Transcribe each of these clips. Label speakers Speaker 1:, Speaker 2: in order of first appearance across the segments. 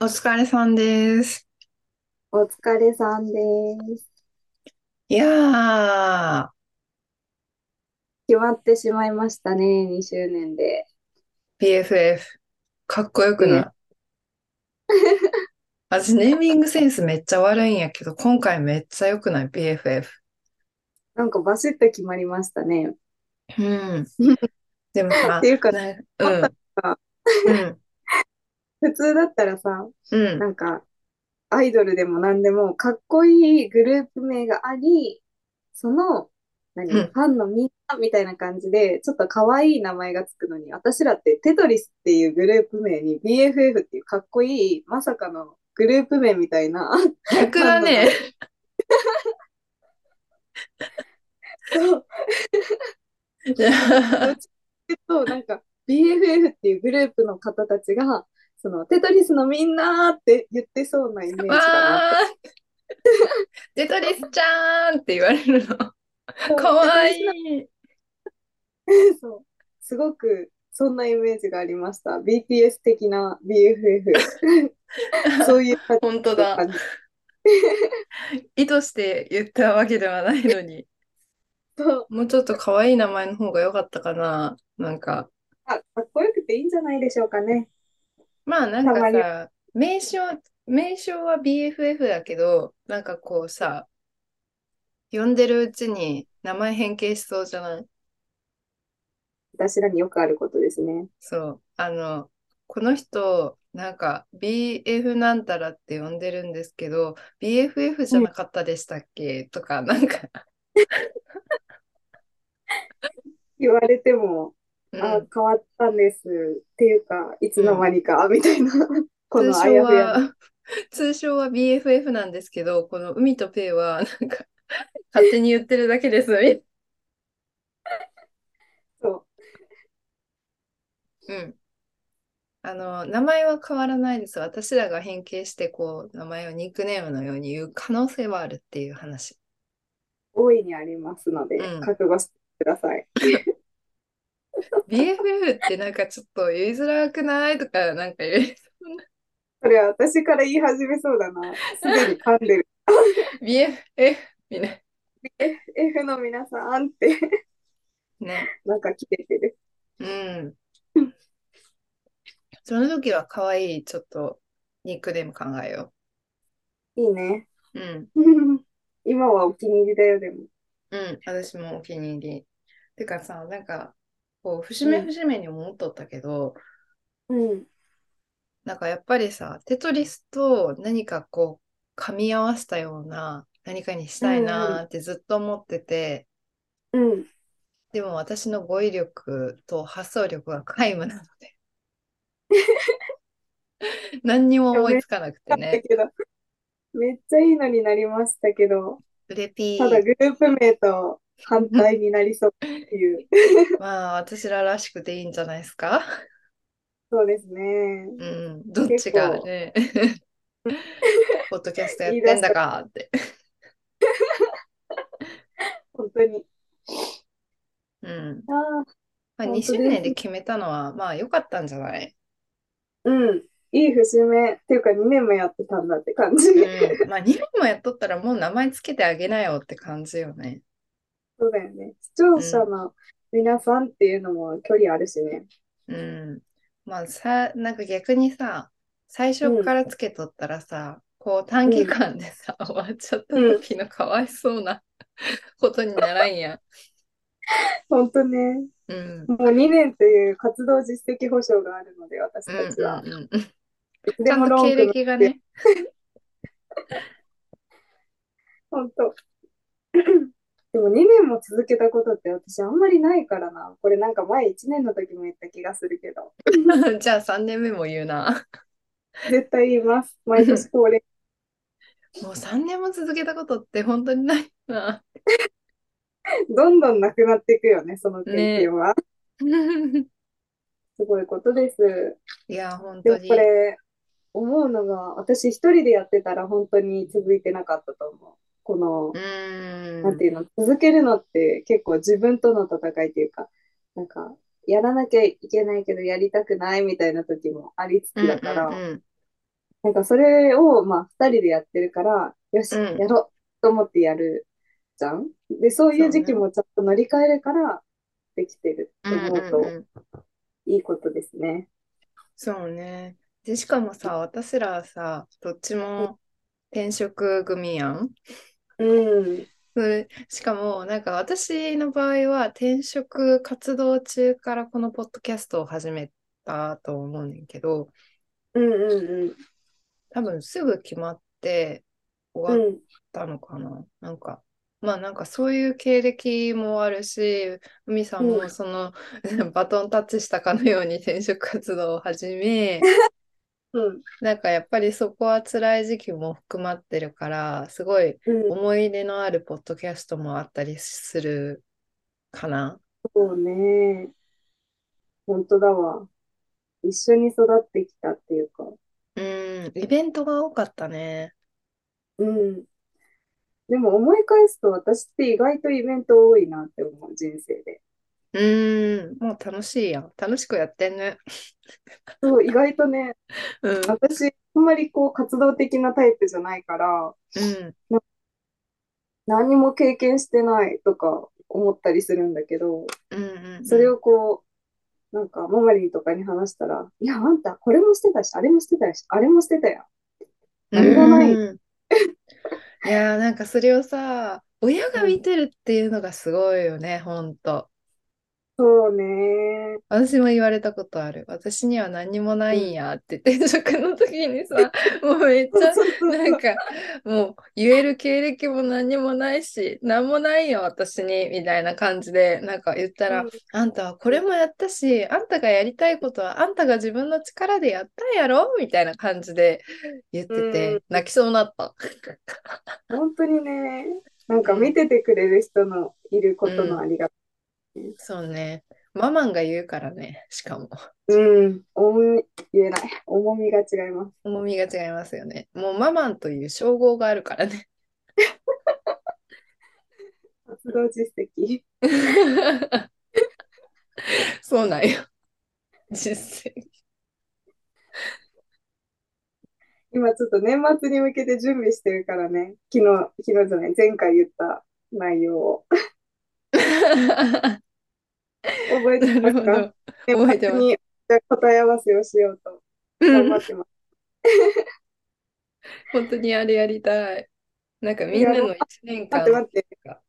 Speaker 1: 疲れさんです。
Speaker 2: お疲れさんです。
Speaker 1: いやー、
Speaker 2: 決まってしまいましたね、2周年で。
Speaker 1: BFF、かっこよく
Speaker 2: で、
Speaker 1: ない 私、ネーミングセンスめっちゃ悪いんやけど、今回めっちゃよくない ?BFF。
Speaker 2: なんかバシッと決まりましたね。っ
Speaker 1: うん。でも さ、
Speaker 2: ていうか、
Speaker 1: な、
Speaker 2: あ
Speaker 1: う
Speaker 2: った
Speaker 1: ん、
Speaker 2: のが、
Speaker 1: うん、
Speaker 2: 普通だったらさ、
Speaker 1: うん、
Speaker 2: なんか、アイドルでも何でも、かっこいいグループ名があり、その、
Speaker 1: う
Speaker 2: 何、フ
Speaker 1: ん。
Speaker 2: ァンのみんなみたいな感じで、ちょっと可愛い名前がつくのに、私らってテトリスっていうグループ名に BFF っていうかっこいい、まさかのグループ名みたいな
Speaker 1: 逆
Speaker 2: ファ
Speaker 1: だ
Speaker 2: ンの名
Speaker 1: ね。
Speaker 2: 前。そう。どっちかっていうと、なんか BFF っていうグループの方たちが、そのテトリスのみんなーって言ってそうなイ メージだなって。
Speaker 1: わー、テトリスちゃーんって言われる の。
Speaker 2: そ
Speaker 1: か
Speaker 2: う、テト
Speaker 1: わい
Speaker 2: リスの
Speaker 1: い。
Speaker 2: そう、すごくそんなイメージがありました。BTS 的な BFF。そ ういう感
Speaker 1: 本当
Speaker 2: じの
Speaker 1: だ。
Speaker 2: 感じ。
Speaker 1: 意図して言ったわけではないのに。
Speaker 2: そう、
Speaker 1: もうちょっと可愛い名前の方が良かったかな。なんか、
Speaker 2: あ、かっこよくていいんじゃないでしょうかね。
Speaker 1: まあなん
Speaker 2: た
Speaker 1: か
Speaker 2: まに。
Speaker 1: さ、名称、名称は BFF だけど、なんかこうさ、呼んでるうちに名前変形しそうじゃない
Speaker 2: 私らによくあることですね。
Speaker 1: そう。あの、この人、なんか BF なんたらって呼んでるんですけど、BFF じ
Speaker 2: う
Speaker 1: ゃ
Speaker 2: ん。
Speaker 1: なかったでしたっけとか、なんか
Speaker 2: 言われても、
Speaker 1: う
Speaker 2: あ、
Speaker 1: ん、
Speaker 2: 変わったんです。っていうか、いうつの
Speaker 1: ん。
Speaker 2: 間にか、みたいな。こ
Speaker 1: 通
Speaker 2: のあ
Speaker 1: 称
Speaker 2: やふやな。
Speaker 1: は、通称は BFF なんですけど、この海とペイは、なんか、勝手に言ってるだけです。み
Speaker 2: そ
Speaker 1: う
Speaker 2: う。
Speaker 1: ん。あの、名前は変わらないです。私らが変形して、こう、名前をニックネームのように言う可能性はあるっていう話。
Speaker 2: 大いにありますの
Speaker 1: う
Speaker 2: で、
Speaker 1: ん。
Speaker 2: 覚悟してください。
Speaker 1: BFF ってなんかちょっと言いづらくないとか、なんか言えそうな
Speaker 2: それは私から言い始めそうだな。すでに噛んでる。
Speaker 1: BFF みたい
Speaker 2: FF の皆さんって
Speaker 1: な。ね。
Speaker 2: なんか切れてる。
Speaker 1: うん。その時は可愛い、ちょっと、ニックネーム考えよ
Speaker 2: いいね。
Speaker 1: う。うん。
Speaker 2: 今はお気に入りだよ、でも。
Speaker 1: うん。私もお気に入り。てかさ、なんか、こう、節
Speaker 2: う
Speaker 1: 目
Speaker 2: ん。
Speaker 1: 節目に思っとったけど、
Speaker 2: うん。
Speaker 1: なんかやっぱりさ、テトリスと何かこう、噛み合わせたような何かにし
Speaker 2: う
Speaker 1: たい
Speaker 2: んう。
Speaker 1: なんーってずっと思ってて、
Speaker 2: うん。
Speaker 1: でも私の語彙力と発想力が皆無 なので、何にも
Speaker 2: でも
Speaker 1: 思い
Speaker 2: めっ
Speaker 1: つ
Speaker 2: ち
Speaker 1: かなく
Speaker 2: ゃ
Speaker 1: て
Speaker 2: あった
Speaker 1: ね、
Speaker 2: けど、めっちゃいいのになりましたけど、
Speaker 1: うれ
Speaker 2: ただ
Speaker 1: ぴ
Speaker 2: グループ名と反
Speaker 1: ー。
Speaker 2: 対になりそうっていう。
Speaker 1: まあ、私ららしくていいんじゃないですか。
Speaker 2: そうですね。
Speaker 1: うん、どっ
Speaker 2: 結
Speaker 1: ちが
Speaker 2: 構、
Speaker 1: ね、ポッドキャストや
Speaker 2: 言
Speaker 1: っ
Speaker 2: い
Speaker 1: て
Speaker 2: 出
Speaker 1: ん
Speaker 2: し
Speaker 1: だ
Speaker 2: た、
Speaker 1: かって。
Speaker 2: 本当に。
Speaker 1: うん。
Speaker 2: ああ、
Speaker 1: まあ、
Speaker 2: 本当
Speaker 1: 2周
Speaker 2: で
Speaker 1: 年
Speaker 2: す
Speaker 1: で
Speaker 2: ね。
Speaker 1: 決めたのは、まあ、良かったんじゃない
Speaker 2: うん。いい節目。っていうか、2年もやってたんだって感じ。
Speaker 1: うん。まあ、2年もやっとったらもう名前つけてあげなよって感じよね。
Speaker 2: そうだよね。視聴
Speaker 1: う
Speaker 2: 者
Speaker 1: ん。
Speaker 2: の皆さんっていうのも距離あるしね。
Speaker 1: うん。まあさ、なんか逆にさ、最
Speaker 2: う
Speaker 1: 初か
Speaker 2: ん、
Speaker 1: らつけとったらさ、こう短
Speaker 2: う
Speaker 1: 期
Speaker 2: ん、
Speaker 1: 間でさ、終わっちゃった
Speaker 2: うん。
Speaker 1: 時のかわいそうなことにならんやん。
Speaker 2: 本当ね。
Speaker 1: うん。
Speaker 2: もう2年という活動実績保証があるので、
Speaker 1: う
Speaker 2: 私た
Speaker 1: ん
Speaker 2: ちは。
Speaker 1: うんうんうん。
Speaker 2: いつ
Speaker 1: ち
Speaker 2: で
Speaker 1: ゃん
Speaker 2: も
Speaker 1: と
Speaker 2: ロー
Speaker 1: 経
Speaker 2: ン組むっ
Speaker 1: 歴が
Speaker 2: て、
Speaker 1: ね。
Speaker 2: 本当。 でも2年も続けたことって私あんまりないからな。これなんか前1年の時も言った気がするけど。
Speaker 1: じゃあ3年目も言うな。
Speaker 2: 絶対言います。毎年恒 例。
Speaker 1: もう3年も続けたことって本当にない な。
Speaker 2: どんどんなくなっていくよね、その経
Speaker 1: ね。
Speaker 2: 験は。
Speaker 1: い
Speaker 2: すごいことです。
Speaker 1: や、本
Speaker 2: で
Speaker 1: 当
Speaker 2: もこ
Speaker 1: に。
Speaker 2: れ、思うのが、私一人でやってたら本当に続いてなかったと思う。こ
Speaker 1: う
Speaker 2: の、な
Speaker 1: ー
Speaker 2: んて
Speaker 1: ん。
Speaker 2: いうの、続けるのって結構自分との戦いというか、なんか、やらなきゃいけないけどやりたくないみたいな時もありつ
Speaker 1: う
Speaker 2: つ
Speaker 1: ん
Speaker 2: だから、
Speaker 1: うんうん。
Speaker 2: なんかそれを、まあ、二人でやってるから、よし、
Speaker 1: うん
Speaker 2: やろうと思ってやるじゃん。で、そういう時期もちゃんと乗り換えるから、できてると
Speaker 1: うん
Speaker 2: 思う
Speaker 1: うん
Speaker 2: と、
Speaker 1: うん。
Speaker 2: いいことですね。
Speaker 1: そうね。で、しかもさ、私らさ、どっちも転職組やん。
Speaker 2: うん。
Speaker 1: それしかも、なんか私の場合は転職活動中からこのポッドキャストを始めたと思うねんけど、
Speaker 2: うんうん
Speaker 1: 多分すぐ決まって
Speaker 2: う
Speaker 1: 終わっ
Speaker 2: ん。うん。
Speaker 1: たのかな。なんか、まあなんかそういう経歴もあるし、海さん
Speaker 2: う
Speaker 1: も
Speaker 2: ん
Speaker 1: その バトンタッチしたかのように転職活動を始 め、
Speaker 2: うん。
Speaker 1: なんかやっぱりそこは辛い時期も含まってるから、すごい
Speaker 2: うん。
Speaker 1: 思い出のあるポッドキャストもあったりするかな。
Speaker 2: そうね。本当だわ。一緒に育ってきたっていうか。
Speaker 1: うん、イベントが多かったね。
Speaker 2: うん。でも思い返すと私って意外とイベント多いなって思う、人生で。
Speaker 1: うん、もう楽しいやん。楽しくやってんね。
Speaker 2: そう、意外とね、
Speaker 1: うん、
Speaker 2: 私、あんまりこう活動的なタイプじゃないから、
Speaker 1: うん、
Speaker 2: 何も経験してないとか思ったりするんだけど、
Speaker 1: うん、うん。
Speaker 2: それをこう、なんか、ママリンとかに話したら、いや、あんた、これもしてたし、あれもしてたし、あれもしてたやん。何もない
Speaker 1: うん いやーなんかそれをさ、親が見てるっていうのがすごいよね、ほんと。
Speaker 2: そうね。
Speaker 1: 私も言われたことある。私には何もないんやって 転職の時にさ、もうめっちゃ
Speaker 2: そうそうそう
Speaker 1: なんかもう言える経歴も何もないし何もないよ私にみたいな感じでなんか言ったら、
Speaker 2: うん
Speaker 1: あんたはこれもやったしあんたがやりたいことはあんたが自分の力でやったんやろみたいな感じで言ってて、
Speaker 2: うん
Speaker 1: 泣きそうになった。
Speaker 2: 本当にね、なんか見ててくれる人のいることのありがた
Speaker 1: そうねママンが言うからねしかも
Speaker 2: うん、重み、言えない。重みが違います。
Speaker 1: 重みが違いますよねもうママンという称号があるからね。
Speaker 2: 活動実績。
Speaker 1: そうなんよ実 践
Speaker 2: 今ちょっと年末に向けて準備してるからね。昨日、昨日じゃない、前回言った内容を。覚え
Speaker 1: な
Speaker 2: てま
Speaker 1: る
Speaker 2: す
Speaker 1: ほ
Speaker 2: か
Speaker 1: ど。覚えてます
Speaker 2: 年末にじゃあ答え合わせをしようと頑張ってます。
Speaker 1: 本当にあれやりたい。なんかみんなの1年
Speaker 2: 待
Speaker 1: 間
Speaker 2: って。待って。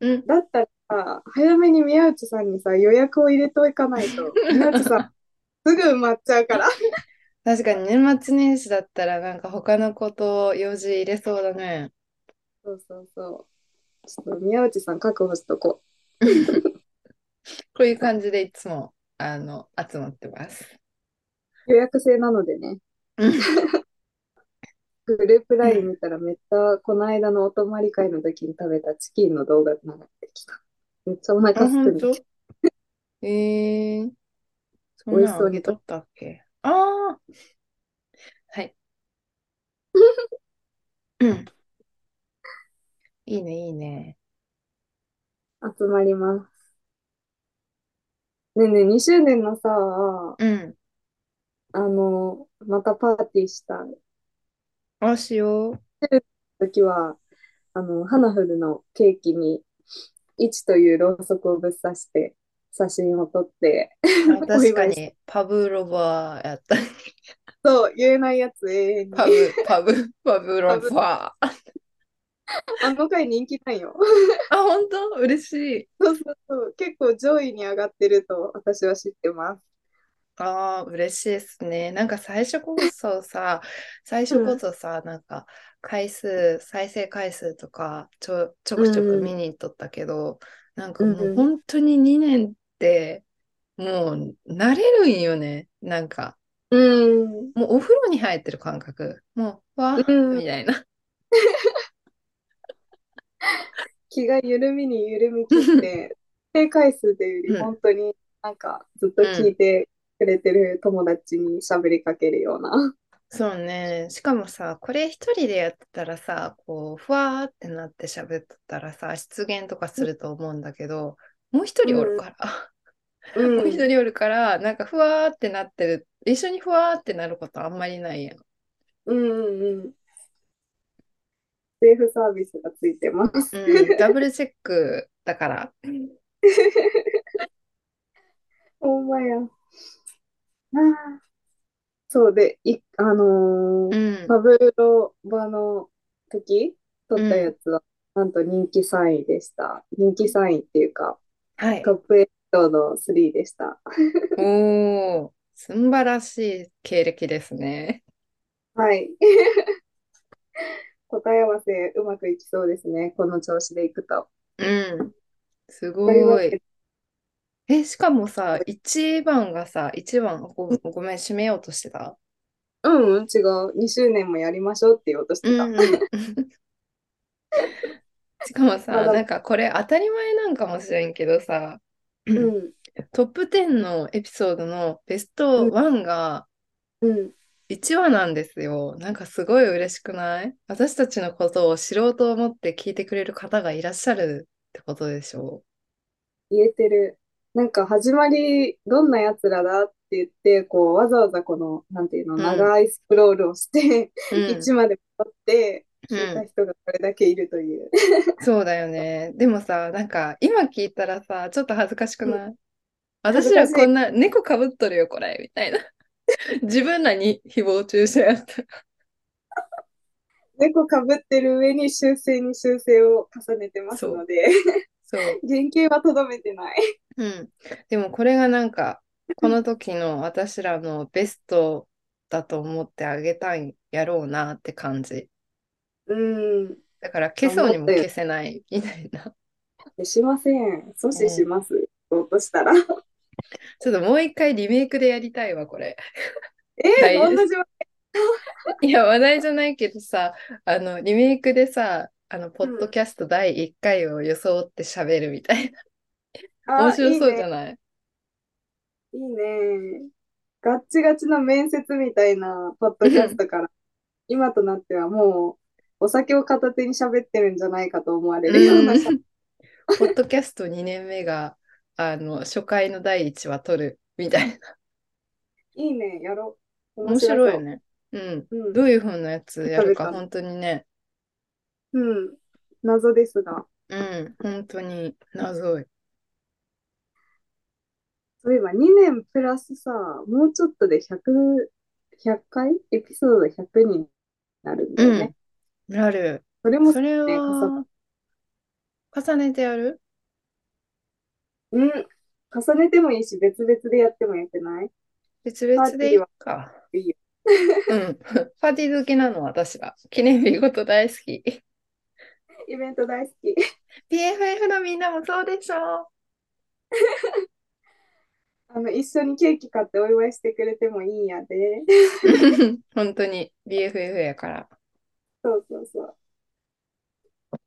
Speaker 1: うん。
Speaker 2: だったらさ、早めに宮内さんにさ、予約を入れておかないと。宮内さん、すぐ埋まっちゃうから。
Speaker 1: 確かに年末年始だったらなんか他のことを用事入れそうだね。
Speaker 2: そうそうそう。ちょっと宮内さん確保しとこ
Speaker 1: こういう感じでいつもあの集まってます。
Speaker 2: う。予約制なのでね。
Speaker 1: うん
Speaker 2: グループライン見たらめっちゃこの間のお泊まり会の時に食べたチキンの動画流れてきた。めっちゃお腹
Speaker 1: あ、
Speaker 2: すく
Speaker 1: 本
Speaker 2: ね
Speaker 1: 当 えー、そんなんあげとったっけああーはい。うん。いいね、いいね。
Speaker 2: 集まります。ねえねえ、2周年のさ、
Speaker 1: うん。
Speaker 2: あの、またパーティーした
Speaker 1: あ、しよ う。
Speaker 2: 時は、あの、ハナフルのケーキに、1というろうそくをぶっ刺して、写真を撮って、
Speaker 1: あ確か
Speaker 2: 祝い
Speaker 1: に、パブロバーや った。
Speaker 2: そう、言えないやつ永遠に。
Speaker 1: パブ、パブ、パブロバー。あ、
Speaker 2: あの回人気なんよ。
Speaker 1: 本当嬉しい。
Speaker 2: そうそうそう。結構上位に上がってると私は知ってます。
Speaker 1: ああ、嬉しいですね。なんか最初こそさ、最初こそさ、なんか回数、再生回数とかちょ、ちょくちょ
Speaker 2: うんう
Speaker 1: く
Speaker 2: ん
Speaker 1: 見に行っとったけど、なんかも
Speaker 2: うんう
Speaker 1: うん本当に2年って、もう慣れるんよね。なんか、
Speaker 2: うん。
Speaker 1: もうお風呂に入ってる感覚。もう、わー、
Speaker 2: うん
Speaker 1: みたいな。
Speaker 2: 気が緩みに緩みき って、再生回数という
Speaker 1: う
Speaker 2: より、
Speaker 1: ん
Speaker 2: 本当になんかずっと聞いてくれてる友達に喋りかけるような。
Speaker 1: そうね。しかもさ、これ一人でやってたらさ、こう、ふわーってなって喋ってたらさ、失言とかすると思うんだけど、もう一人おるから、
Speaker 2: う
Speaker 1: もう一人おるから、なんかふわーってなってる、一緒にふわーってなることあんまりないやん。
Speaker 2: うんうんうん。セーフサービスがついてます。
Speaker 1: うん、ダブルチェックだから。
Speaker 2: ほんまや。あーそうで、い、あの
Speaker 1: う
Speaker 2: ー
Speaker 1: ん。
Speaker 2: パブロバの時撮ったやつは、なんと人気3位でした。人気3位っていうか、
Speaker 1: はい
Speaker 2: ト。ップ8の3でした。
Speaker 1: おお、素晴らしい経歴ですね。
Speaker 2: はい。 答え合わせうまくいきそうですね。この調子でいくと。
Speaker 1: うん。す
Speaker 2: というわ
Speaker 1: ご
Speaker 2: け
Speaker 1: い。
Speaker 2: で
Speaker 1: え、しかもさ、1番がさ、1番、ご、ごめん、閉めようとしてた。
Speaker 2: うんうん、違う。2周年もやりましょうって言おうとしてた。
Speaker 1: うんうん。 しかもさ、
Speaker 2: まだ
Speaker 1: なんかこれ当たり前なんかもしれんけどさ、
Speaker 2: うん、
Speaker 1: トップ10のエピソードのベスト1が
Speaker 2: うん。
Speaker 1: 1話なんですよ。なんかすごい嬉しくない私たちのことを知ろうと思って聞いてくれる方がいらっしゃるってことでしょ
Speaker 2: 言えてる。なんか始まり、どんな奴らだって言って、こう、わざわざこの、なんていうの、
Speaker 1: うん
Speaker 2: 長いスクロールをして、
Speaker 1: う。 うん
Speaker 2: 1まで戻って、
Speaker 1: うん
Speaker 2: 聞いた人がこれだけいるという。
Speaker 1: そうだよね。でもさ、なんか今聞いたらさ、ちょっと恥ずかしくない、
Speaker 2: 恥
Speaker 1: 私
Speaker 2: ずからしい
Speaker 1: こんな猫かぶっとるよ、これ、みたいな。自分らに誹謗中傷やった。
Speaker 2: 猫かぶってる上に修正に修正を重ねてますので、
Speaker 1: そう。
Speaker 2: 原型はとどめてない。
Speaker 1: うん。でもこれがなんか、この時の私らのベストだと思ってあげたいやろうなって感じ。
Speaker 2: うん。
Speaker 1: だから消そうにも消せないみたいな。
Speaker 2: しません。阻止します。落とした ら。
Speaker 1: ちょっともう一回リメイクでやりたいわ、これ。
Speaker 2: えー、
Speaker 1: はい
Speaker 2: 同じわ
Speaker 1: いや、話題じゃないけどさ、あの、リメイクでさ、あの、ポッドキャスト第1回を装って喋るみたいな。
Speaker 2: あ
Speaker 1: 面白そう
Speaker 2: いい
Speaker 1: じゃ
Speaker 2: ね。
Speaker 1: ない
Speaker 2: いいね。ガッチガチの面接みたいなポッドキャスト から、今となってはもう、お酒を片手に喋ってるんじゃないかと思われるような。
Speaker 1: うんポッドキャスト2年目が、あの、初回の第1話撮るみたいな。
Speaker 2: いいね、やろう。
Speaker 1: 面白い
Speaker 2: そ
Speaker 1: よ
Speaker 2: う。
Speaker 1: ね。うん。
Speaker 2: うん
Speaker 1: どういう風なやつやるか、
Speaker 2: 食べた
Speaker 1: 本当にね。
Speaker 2: うん。謎ですが。
Speaker 1: うん。本当に謎い。
Speaker 2: そういえば2年プラスさ、もうちょっとで100、100回エピソード100になるんだよね。
Speaker 1: うん。なる。
Speaker 2: それも
Speaker 1: それ
Speaker 2: ね
Speaker 1: は、重ねてやる
Speaker 2: うん。重ねてもいいし、別々でやってもよくない
Speaker 1: 別々でいいか。
Speaker 2: いいよ。
Speaker 1: うん。パーティー好きなの私は。記念日ごと大好き。
Speaker 2: イベント大好き。
Speaker 1: PFF のみんなもそうでしょ
Speaker 2: あの、一緒にケーキ買ってお祝いしてくれてもいいんやで。
Speaker 1: う。 本当に BFF やから。
Speaker 2: そうそうそう。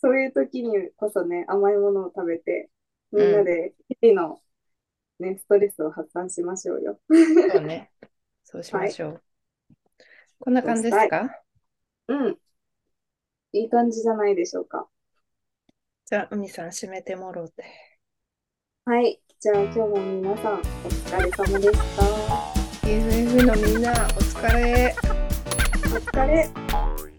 Speaker 2: そういう時にこそね、甘いものを食べて、みんなで日々の、ね、ストレスを発散しましょうよ。
Speaker 1: そうね。そうしましょう。こんな感じですか
Speaker 2: うん。いい感じじゃないでしょうか。
Speaker 1: じゃあ、海さん締めてもろうて。
Speaker 2: はい。じゃあ今日も皆さん、お疲れ様でした。
Speaker 1: BFF のみんな、お疲れ。
Speaker 2: お疲れ。